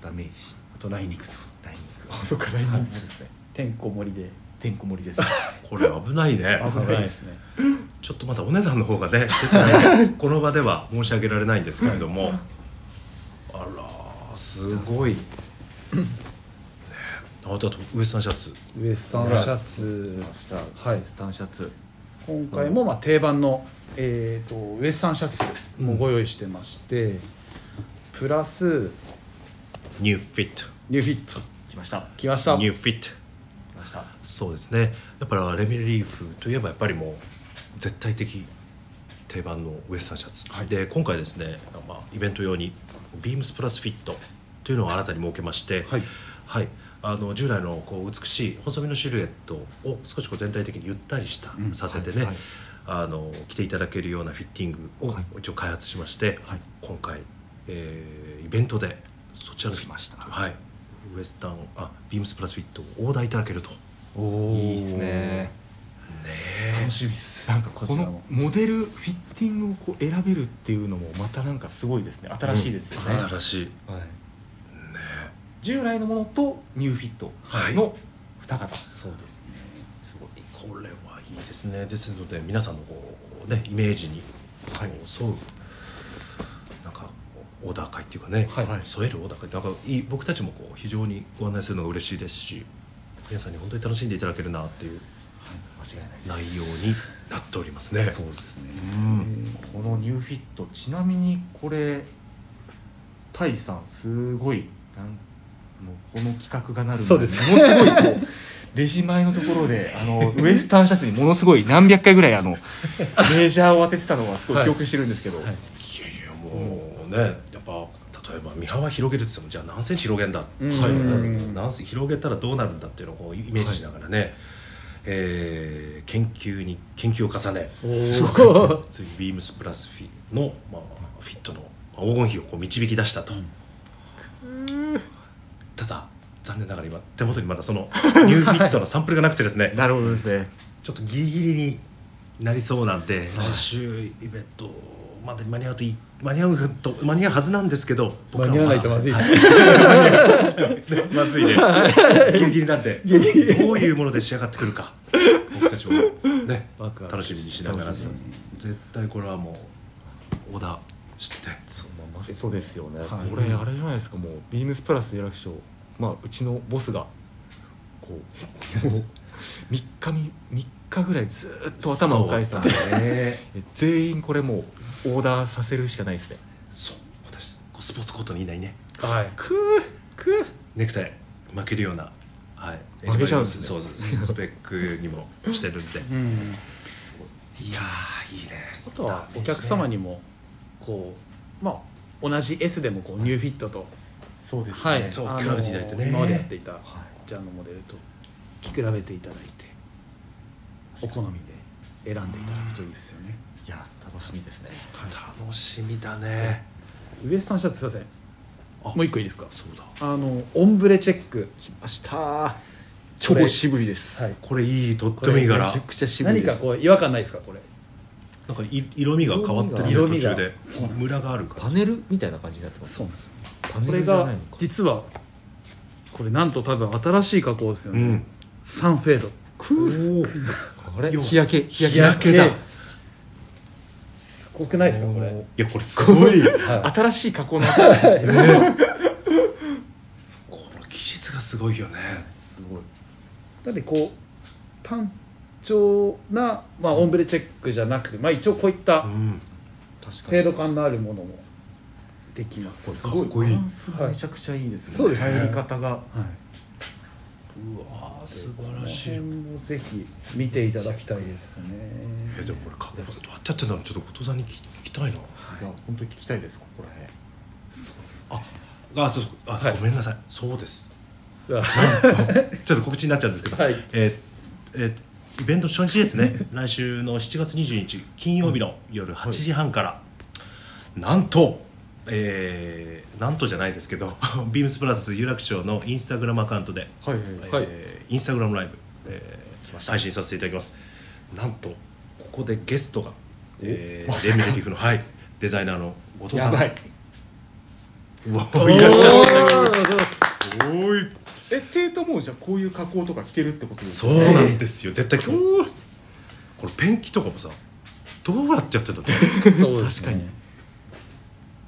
Speaker 2: ダメージ
Speaker 3: あと来肉と
Speaker 2: ライニングあそっかライニングですね
Speaker 3: てんこ盛りで
Speaker 2: てんこ盛り です
Speaker 1: これ危ないね
Speaker 3: 危ないですね
Speaker 1: ちょっとまだお値段の方が ねこの場では申し上げられないんですけれどもあらすごい、ね、あとあとウエスタンシャツ
Speaker 3: ウエスタンシャツはい
Speaker 2: スタンシャツ
Speaker 3: 今回もまあ定番の、えー、とウエスタンシャツもご用意してまして、プラス
Speaker 1: ニューフィッ
Speaker 3: ニューフィット
Speaker 2: 来ました
Speaker 3: きました
Speaker 1: トニューフィット
Speaker 2: 来ました
Speaker 1: そうですねやっぱりレミリーフといえばやっぱりもう絶対的定番のウエスタンシャツ、で今回ですね、まあ、イベント用にビームスプラスフィットというのを新たに設けまして、
Speaker 3: はい
Speaker 1: はいあの従来のこう美しい細身のシルエットを少しこう全体的にゆったりした、
Speaker 2: ん
Speaker 1: させてね、
Speaker 2: はいはい
Speaker 1: あの着ていただけるようなフィッティングを
Speaker 2: はい
Speaker 1: 一応開発しまして、
Speaker 2: はい
Speaker 1: 今回、えーイベントでそちらのフィッ
Speaker 2: 来ました
Speaker 1: はい、ウエスタンあビームスプラスフィットをオーダーいただけると。
Speaker 3: お
Speaker 2: いいですね
Speaker 3: 楽しみです
Speaker 2: なんか
Speaker 3: こ
Speaker 2: こ
Speaker 3: ちら
Speaker 2: の
Speaker 3: も
Speaker 2: モデルフィッティングをこう選べるっていうのもまたなんかすごいですね新しいですよね、
Speaker 1: 新しい
Speaker 2: はい従来のものとニューフィットの二方、そうですねすごい
Speaker 1: これはいいですねですので皆さんのこうねイメージにこう
Speaker 2: はい
Speaker 1: 沿う、なんかオーダー会っていうかね、
Speaker 2: はいはい
Speaker 1: 添えるオーダー会ってなんかいい僕たちもこう非常にご案内するのが嬉しいですし皆さんに本当に楽しんでいただけるなっていう
Speaker 2: 間違いないです
Speaker 1: 内容になっておりますね。
Speaker 2: そうですね
Speaker 1: うん、
Speaker 2: このニューフィットちなみにこれタイさんすごいなんもうこの企画がなるの
Speaker 3: そうです
Speaker 2: ものすごいこう レジ前のところであのウエスタンシャツにものすごい何百回ぐらいあのレジャーを当ててたのはすごい記憶してるんですけど、
Speaker 3: はい
Speaker 1: いやいやもうねやっぱ例えば三幅広げるって言ってもじゃあ何センチ広げんだ、
Speaker 3: うん
Speaker 1: はい、何センチ広げたらどうなるんだっていうのをこうイメージしながらね、えー研究に研究を重ね
Speaker 3: すごい
Speaker 1: ついにビームスプラスフィの、まあ、フィットの黄金比をこう導き出したと、ただ残念ながら今手元にまだそのニューフィットのサンプルがなくてですね
Speaker 2: なるほどですね
Speaker 1: ちょっとギリギリになりそうなんで、来週イベントまでに間に合うといい間に合うと間に合うはずなんですけど
Speaker 3: 間に合わないとま
Speaker 1: ま
Speaker 3: ずいで す
Speaker 1: まずいねギリギリなんでどういうもので仕上がってくるか僕たちもね
Speaker 3: ワクワク
Speaker 1: 楽しみにしながら
Speaker 3: 楽しみに
Speaker 1: 絶対これはもうオーダーしてね
Speaker 2: そうまあマストですよね、
Speaker 3: はい
Speaker 2: これあれじゃないですかもうビームスプラス有楽町まあうちのボスがこうもう3日み3日ぐらいずーっと頭を抱えてたんで
Speaker 1: そうだね
Speaker 2: え全員これもうオーダーさせるしかないですね
Speaker 1: そう私こうスポーツコートにいないね
Speaker 3: はい
Speaker 2: くく
Speaker 1: ネクタイ負けるようなはい
Speaker 2: 負けちゃうんですね
Speaker 1: そうスペックにもしてるん で
Speaker 3: うん
Speaker 1: いやーいいね
Speaker 3: あとはお客様にもこうまあ同じ S でもこうニューフィットと、
Speaker 2: そうですね、
Speaker 3: はい、
Speaker 1: そう
Speaker 3: あの
Speaker 1: 比べていただいてね
Speaker 3: 今までやっていたジャンのモデルと着比べていただいてお好みで選んでいただくといいですよね
Speaker 2: いや楽しみですね
Speaker 1: 楽しみだね
Speaker 3: ウエスタンシャツすいません
Speaker 1: あ
Speaker 3: もう一個いいですか
Speaker 1: そうだ
Speaker 3: あのオンブレチェック
Speaker 2: 明日
Speaker 3: これ
Speaker 2: 超渋いです、
Speaker 3: はい
Speaker 1: これいいとってもいいから
Speaker 2: めちゃくちゃ渋い
Speaker 3: 何
Speaker 2: です
Speaker 3: かこう違和感ないですかこれ
Speaker 1: なんかい色味が変わってるね
Speaker 3: 色
Speaker 1: 途
Speaker 3: 味が
Speaker 1: 中でムラがあるから
Speaker 2: パネルみたいな感じになってます
Speaker 3: そうなんですよ
Speaker 2: パネ
Speaker 3: これ
Speaker 2: ルじゃ
Speaker 3: が
Speaker 2: ないのか
Speaker 3: 実はこれなんと多分新しい加工ですよ
Speaker 1: う
Speaker 3: ね、
Speaker 1: ん
Speaker 3: サンフェード
Speaker 1: おー
Speaker 2: あれ
Speaker 1: 要は
Speaker 2: 日焼け日
Speaker 1: 日焼けだい
Speaker 3: すごくないですかこれ
Speaker 1: やこれすごい
Speaker 3: は
Speaker 2: 新しい加工 の新しいですね
Speaker 1: この技術がすごいよね
Speaker 2: すごい
Speaker 3: い、なんでこう単調な、まあ、オンブレチェックじゃなくて、まあ、一応こういった
Speaker 1: う
Speaker 3: フ
Speaker 1: ん
Speaker 2: 確
Speaker 3: ェード感のあるものもできます、
Speaker 1: かっこいい
Speaker 2: バランスがめちゃくちゃいいですね、
Speaker 3: はいそうですね
Speaker 2: 入り方が
Speaker 3: はい、
Speaker 1: うわー素
Speaker 3: こ
Speaker 1: 晴
Speaker 3: の
Speaker 1: らしい
Speaker 3: 辺もぜひ見ていただきたいですね
Speaker 1: えー、でもこれ加工さんどうやってやってんだろうちょっと後藤さんに聞き聞きたいない
Speaker 2: や本当に聞きたいですここら辺
Speaker 1: ああそうそうあ、
Speaker 3: はい
Speaker 1: ごめんなさいそうです
Speaker 3: あ
Speaker 1: ちょっと告知になっちゃうんですけど、
Speaker 3: はい
Speaker 1: えーえーイベント初日ですね 来週の7月22日金曜日の夜8時半から、なんと、えーなんとじゃないですけど ビームスプラス有楽町のインスタグラムアカウントで、
Speaker 2: はいはいはい
Speaker 3: はい
Speaker 1: えーインスタグラムライブ、えー配信させていただきますなんとここでゲストが、えー
Speaker 2: まさ
Speaker 1: レミレリーフの、はい、デザイナーの後藤さん
Speaker 2: や
Speaker 1: が
Speaker 2: ばい
Speaker 1: おいらっしゃるおい
Speaker 2: えっていうともうじゃあこういう加工とか聞けるってことです
Speaker 1: そ
Speaker 2: か
Speaker 1: うなんですよ、絶対今日これペンキとかもさどうやってやってたの
Speaker 3: そうです
Speaker 2: 確かに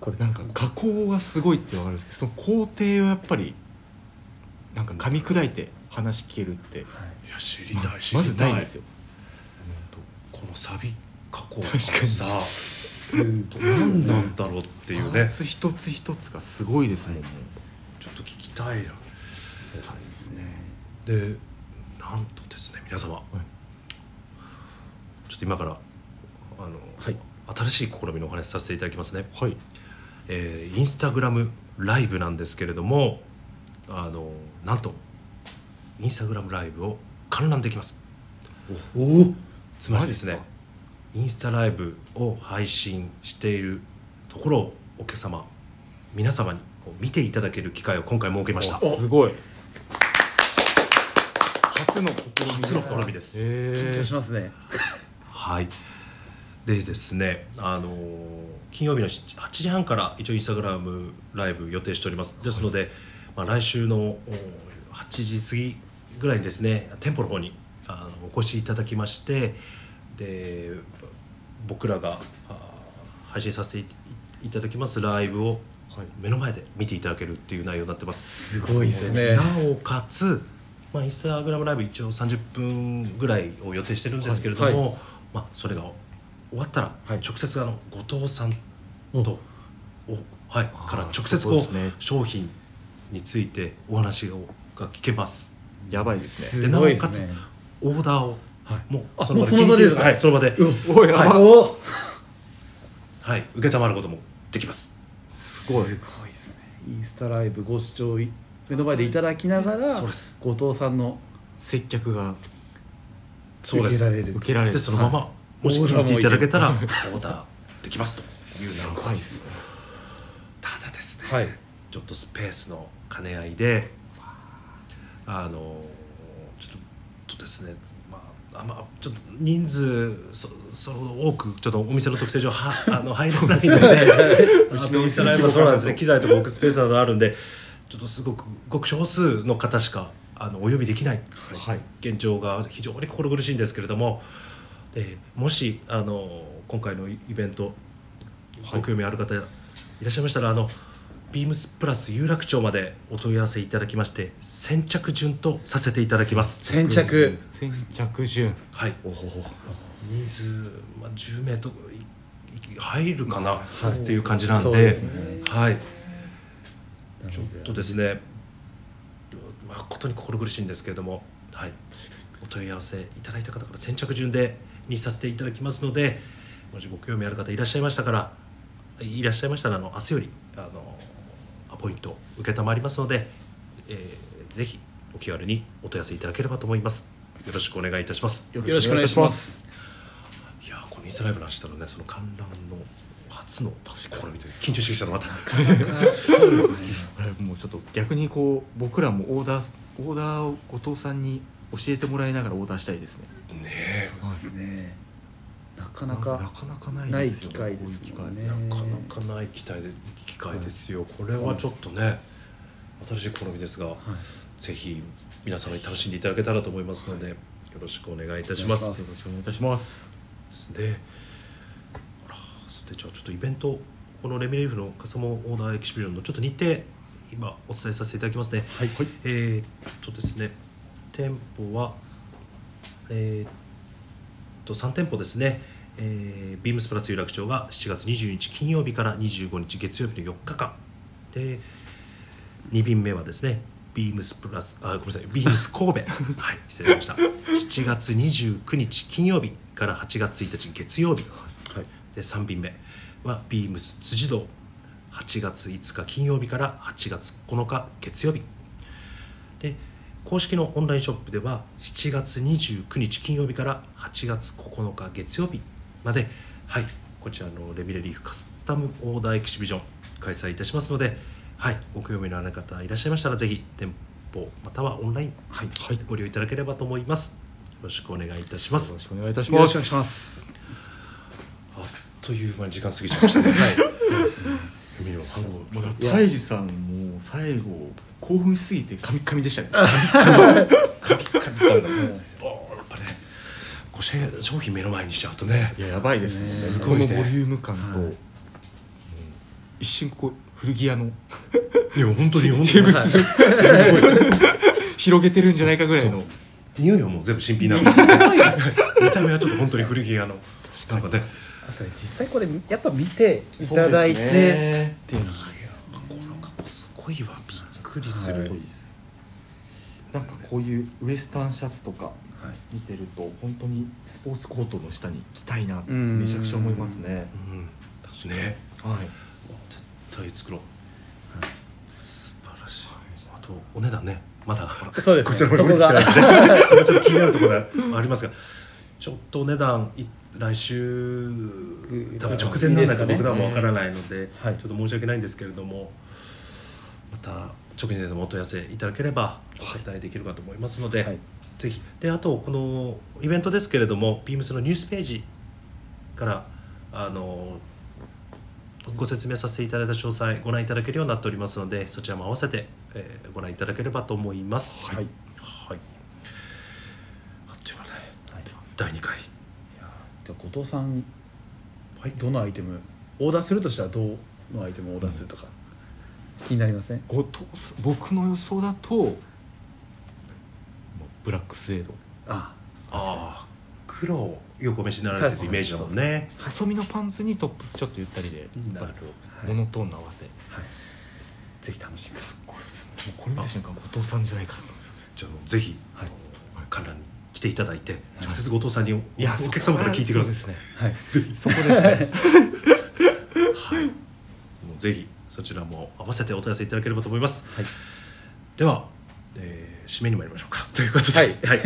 Speaker 2: これなんか加工がすごいってわかるんですけどその工程をやっぱりなんか噛み砕いて話聞けるって
Speaker 1: いや知りたい知
Speaker 2: ま
Speaker 1: り
Speaker 2: ず
Speaker 1: た、
Speaker 2: ないいんですよ
Speaker 1: このサビ加工と
Speaker 2: 確か
Speaker 1: か
Speaker 2: に
Speaker 1: さ
Speaker 3: すごい
Speaker 1: 何なんだろうっていう
Speaker 2: パー
Speaker 1: ね
Speaker 2: ツ一つ一つがすごいですもん、
Speaker 1: ちょっと聞きたいな
Speaker 2: そうですね
Speaker 1: でなんとですね皆様ちょっと今からあの、
Speaker 2: はい
Speaker 1: 新しい試みのお話しさせていただきますね
Speaker 2: はい
Speaker 1: えーインスタグラムライブなんですけれどもあのなんとインスタグラムライブを観覧できます
Speaker 2: おお
Speaker 1: つまりですねインスタライブを配信しているところをお客様皆様にこう見ていただける機会を今回設けました
Speaker 2: すごい初の試み
Speaker 1: 初の試みです
Speaker 2: え
Speaker 3: 緊張しますね
Speaker 1: はいでですねあのー金曜日の7 8時半から一応インスタグラムライブ予定しておりますですので、まあ、来週のお8時過ぎぐらいにですね店舗の方にあのお越しいただきましてで僕らがあ配信させていいただきますライブを
Speaker 2: はい
Speaker 1: 目の前で見ていただけるっていう内容になってます。
Speaker 3: すごいですね
Speaker 1: なおかつ、まあ、インスタグラムライブ一応30分ぐらいを予定してるんですけれども、
Speaker 3: はい
Speaker 1: まあ、それが終わったら
Speaker 2: はい
Speaker 1: 直接あの後藤さんと、おはい、
Speaker 2: ー
Speaker 1: から直接こ
Speaker 2: そうですね
Speaker 1: う商品についてお話がが聞けます。
Speaker 2: やばいですね
Speaker 1: ですな
Speaker 3: ごい
Speaker 1: お
Speaker 3: で
Speaker 1: か
Speaker 3: す
Speaker 1: つ
Speaker 3: ね
Speaker 1: オーダーを
Speaker 2: はい
Speaker 1: もう
Speaker 3: あ
Speaker 1: その場で
Speaker 3: もうその場で
Speaker 1: 聞いてはい、その場で、
Speaker 2: おや
Speaker 1: はい
Speaker 2: ば
Speaker 3: おお
Speaker 1: はい、受けたまることもできます。
Speaker 2: すごい
Speaker 3: すごいですねインスタライブご視聴い目の前でいただきながら
Speaker 1: そうです
Speaker 3: 後藤さんの
Speaker 2: 接客が
Speaker 1: そうで
Speaker 3: 受けら
Speaker 1: す。
Speaker 3: れる
Speaker 2: 受けられる
Speaker 1: でそのまま、
Speaker 2: は
Speaker 1: もし
Speaker 3: オーダ
Speaker 1: 聞
Speaker 3: ーも
Speaker 1: いていただけたらオーダーできますと
Speaker 2: い
Speaker 1: いう
Speaker 2: す
Speaker 1: ような
Speaker 2: ごいですね
Speaker 1: ただですね、
Speaker 3: はい
Speaker 1: ちょっとスペースの兼ね合いであのちょっとですねまああんまちょっと人数そその多くちょっとお店の特性上は あの入れないのであとお店の合間そうなんですね機材とか置くスペースなどあるんでちょっとすごくごく少数の方しかあのお呼びできない
Speaker 2: はい
Speaker 1: 現状が非常に心苦しいんですけれどもでもしあの今回のイベント
Speaker 2: はい
Speaker 1: ご興味ある方いらっしゃいましたら、あのビームスプラス有楽町までお問い合わせいただきまして先着順とさせていただきます
Speaker 3: 先着
Speaker 2: 先着順
Speaker 1: はい
Speaker 2: おお
Speaker 1: 人数、まあ、10名といい入るかな、っていう感じなんで
Speaker 3: そうですね
Speaker 1: はいちょっとですね誠に心苦しいんですけれどもはいお問い合わせいただいた方から先着順でにさせていただきますのでもしご興味ある方いらっしゃいましたからいらっしゃいましたらあの明日よりあのアポイント承りますので、えーぜひお気軽にお問い合わせいただければと思いますよろしくお願いいたします
Speaker 2: よ
Speaker 3: よろしくお願いします
Speaker 1: いやーこのインスタライブの話したらねその観覧の初の試みという緊張してきたのまた
Speaker 2: もうちょっと逆にこう僕らもオーダーオーダーを後藤さんに教えてもらいながらオーダーしたいですね
Speaker 1: ね
Speaker 3: ですねなか
Speaker 2: な
Speaker 3: なん
Speaker 2: か
Speaker 3: か
Speaker 2: なかなかないですよ
Speaker 3: ない機会です
Speaker 2: こういう機
Speaker 3: も
Speaker 2: 会
Speaker 3: ん
Speaker 1: え
Speaker 3: ね
Speaker 1: なかなかない機会で機会ですよ、これはちょっとね新しい試みですが、ぜひ皆様に楽しんでいただけたらと思いますので、よろしくお願いいたします
Speaker 3: お願い
Speaker 2: よろしくお願いいたします
Speaker 1: ですねあらそれでじゃあちょっとイベントこのレミレーフのカサモンオーナーエキシビジョンのちょっと日程今お伝えさせていただきますね
Speaker 2: はいはい
Speaker 1: えー、っとですね店舗はえーっと3店舗ですね、えービームスプラス有楽町が7月22日金曜日から25日月曜日の4日間で2便目はですねビームスプラスあごめんなさいビームス神戸はい失礼しました7月29日金曜日から8月1日月曜日、
Speaker 4: はい
Speaker 1: で3便目はビームス辻堂8月5日金曜日から8月9日月曜日で公式のオンラインショップでは7月29日金曜日から8月9日月曜日まで、はい、こちらのレビレリーフカスタムオーダーエキシビジョン開催いたしますので、はい、ご興味のある方いらっしゃいましたらぜひ店舗またはオンライン、はいご利用いただければと思います。よろしくお願いいたします
Speaker 2: よろ。しくお願いいたし
Speaker 3: よ
Speaker 2: ま
Speaker 3: ろ
Speaker 2: す
Speaker 3: しくお願いします
Speaker 1: あっという間に時間過ぎちゃいましたね。はい。海の半分
Speaker 2: もうタイジさんもう最後興奮しすぎてカミカミでしたね
Speaker 1: おーやっぱね、こうし商品目の前にしちゃうとね。
Speaker 2: いややばいですね
Speaker 1: すごいね
Speaker 2: このボリューム感と、うん一瞬こう古着屋の
Speaker 1: いや本当に本当に。
Speaker 2: 広げてるんじゃないかぐらいの
Speaker 1: 匂いはもう全部新品なんですけど、見た目はちょっと本当に古着屋のなんかね。
Speaker 3: あとね実際これやっぱ見ていただいて、
Speaker 2: そうですねっていうのが
Speaker 1: このカゴすごいわびっくりする。
Speaker 2: なんかこういうウエスタンシャツとか
Speaker 3: はい
Speaker 2: 見てると本当にスポーツコートの下に着たいなって
Speaker 3: うん
Speaker 2: めちゃくちゃ思いますね
Speaker 1: うん。ね。
Speaker 2: はい
Speaker 1: 絶対作ろう。素晴らしい。あとお値段ねまだ。
Speaker 3: そうです
Speaker 1: こ
Speaker 3: ね
Speaker 1: ちらも
Speaker 3: そ
Speaker 1: 降り
Speaker 3: こ
Speaker 1: てきて
Speaker 3: が
Speaker 1: ないんでそれはちょっと気になるところがありますがちょっとお値段い来週多分直前なんだか
Speaker 3: いいです
Speaker 1: 僕
Speaker 3: かね
Speaker 1: らもわからないので
Speaker 3: はい
Speaker 1: ちょっと申し訳ないんですけれどもまた直前でもお問い合わせいただければお答えできるかと思いますので、
Speaker 3: はい
Speaker 1: ぜひであとこのイベントですけれども BEAMS のニュースページからあのご説明させていただいた詳細ご覧いただけるようになっておりますのでそちらも合わせて、えーご覧いただければと思います。
Speaker 3: はいい
Speaker 1: はい。あっという間だね。第二回。
Speaker 3: やでは後藤さん
Speaker 1: はい。
Speaker 3: どのアイテムオーダーするとしたらどのアイテムをオーダーするとか、気になりません
Speaker 2: ごと僕の予想だともうブラックスエード
Speaker 3: あ
Speaker 1: ああ、黒をよくお召しになられてるイメージだもんね。
Speaker 2: 細身のパンツにトップスちょっとゆったりで
Speaker 1: なるほ
Speaker 2: モノトーンの合わせ
Speaker 3: ぜひ楽しみ
Speaker 2: これこれ見た瞬間後藤さんじゃないかと思います
Speaker 1: じゃあぜひ
Speaker 3: はい、
Speaker 1: 観覧に来ていただいて、直接後藤さんにお
Speaker 2: いや
Speaker 1: お客様から聞いてください。
Speaker 2: そうですね
Speaker 3: はい、
Speaker 2: そこですね
Speaker 1: もうぜひそちらも合わせてお問い合わせいただければと思います。では、えー締めに参りましょうか。と いうことで、はい。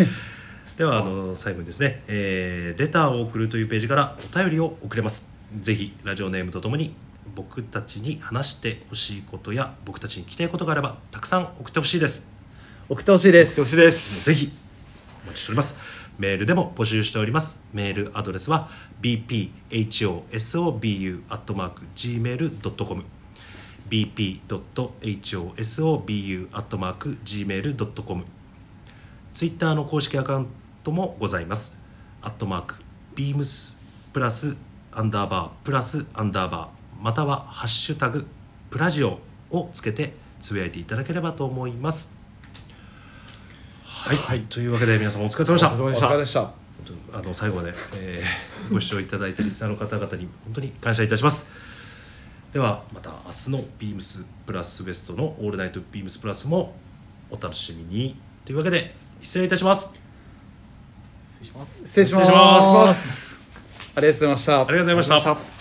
Speaker 1: ではあの最後にですね、えーレターを送るというページからお便りを送れます。ぜひラジオネームとともに僕たちに話してほしいことや僕たちに聞きたいことがあればたくさん送ってほしいです。
Speaker 3: 送ってほしいです
Speaker 2: しです
Speaker 1: ぜひお待ちしております。メールでも募集しております。メールアドレスは bphosobu.gmail.com bp.hosobu.gmail.com ツイッターの公式アカウントもございます。アットマーク、ビームス、プラス、アンダーバー、プラス、アンダーバー、または、ハッシュタグ、プラジオをつけて、つぶやいていただければと思います。はい、というわけで皆様お疲れ様でした
Speaker 2: お疲れ様
Speaker 3: お
Speaker 2: でし
Speaker 3: 疲れでした
Speaker 1: 本当にあの最後まで、えー ご視聴いただいたリスナーの方々に本当に感謝いたしますではまた明日のビームスプラスウエストのオールナイトビームスプラスもお楽しみにというわけで失礼いたします
Speaker 3: 失礼します
Speaker 1: 失礼します
Speaker 3: ありがとうございました
Speaker 1: ありがとうございました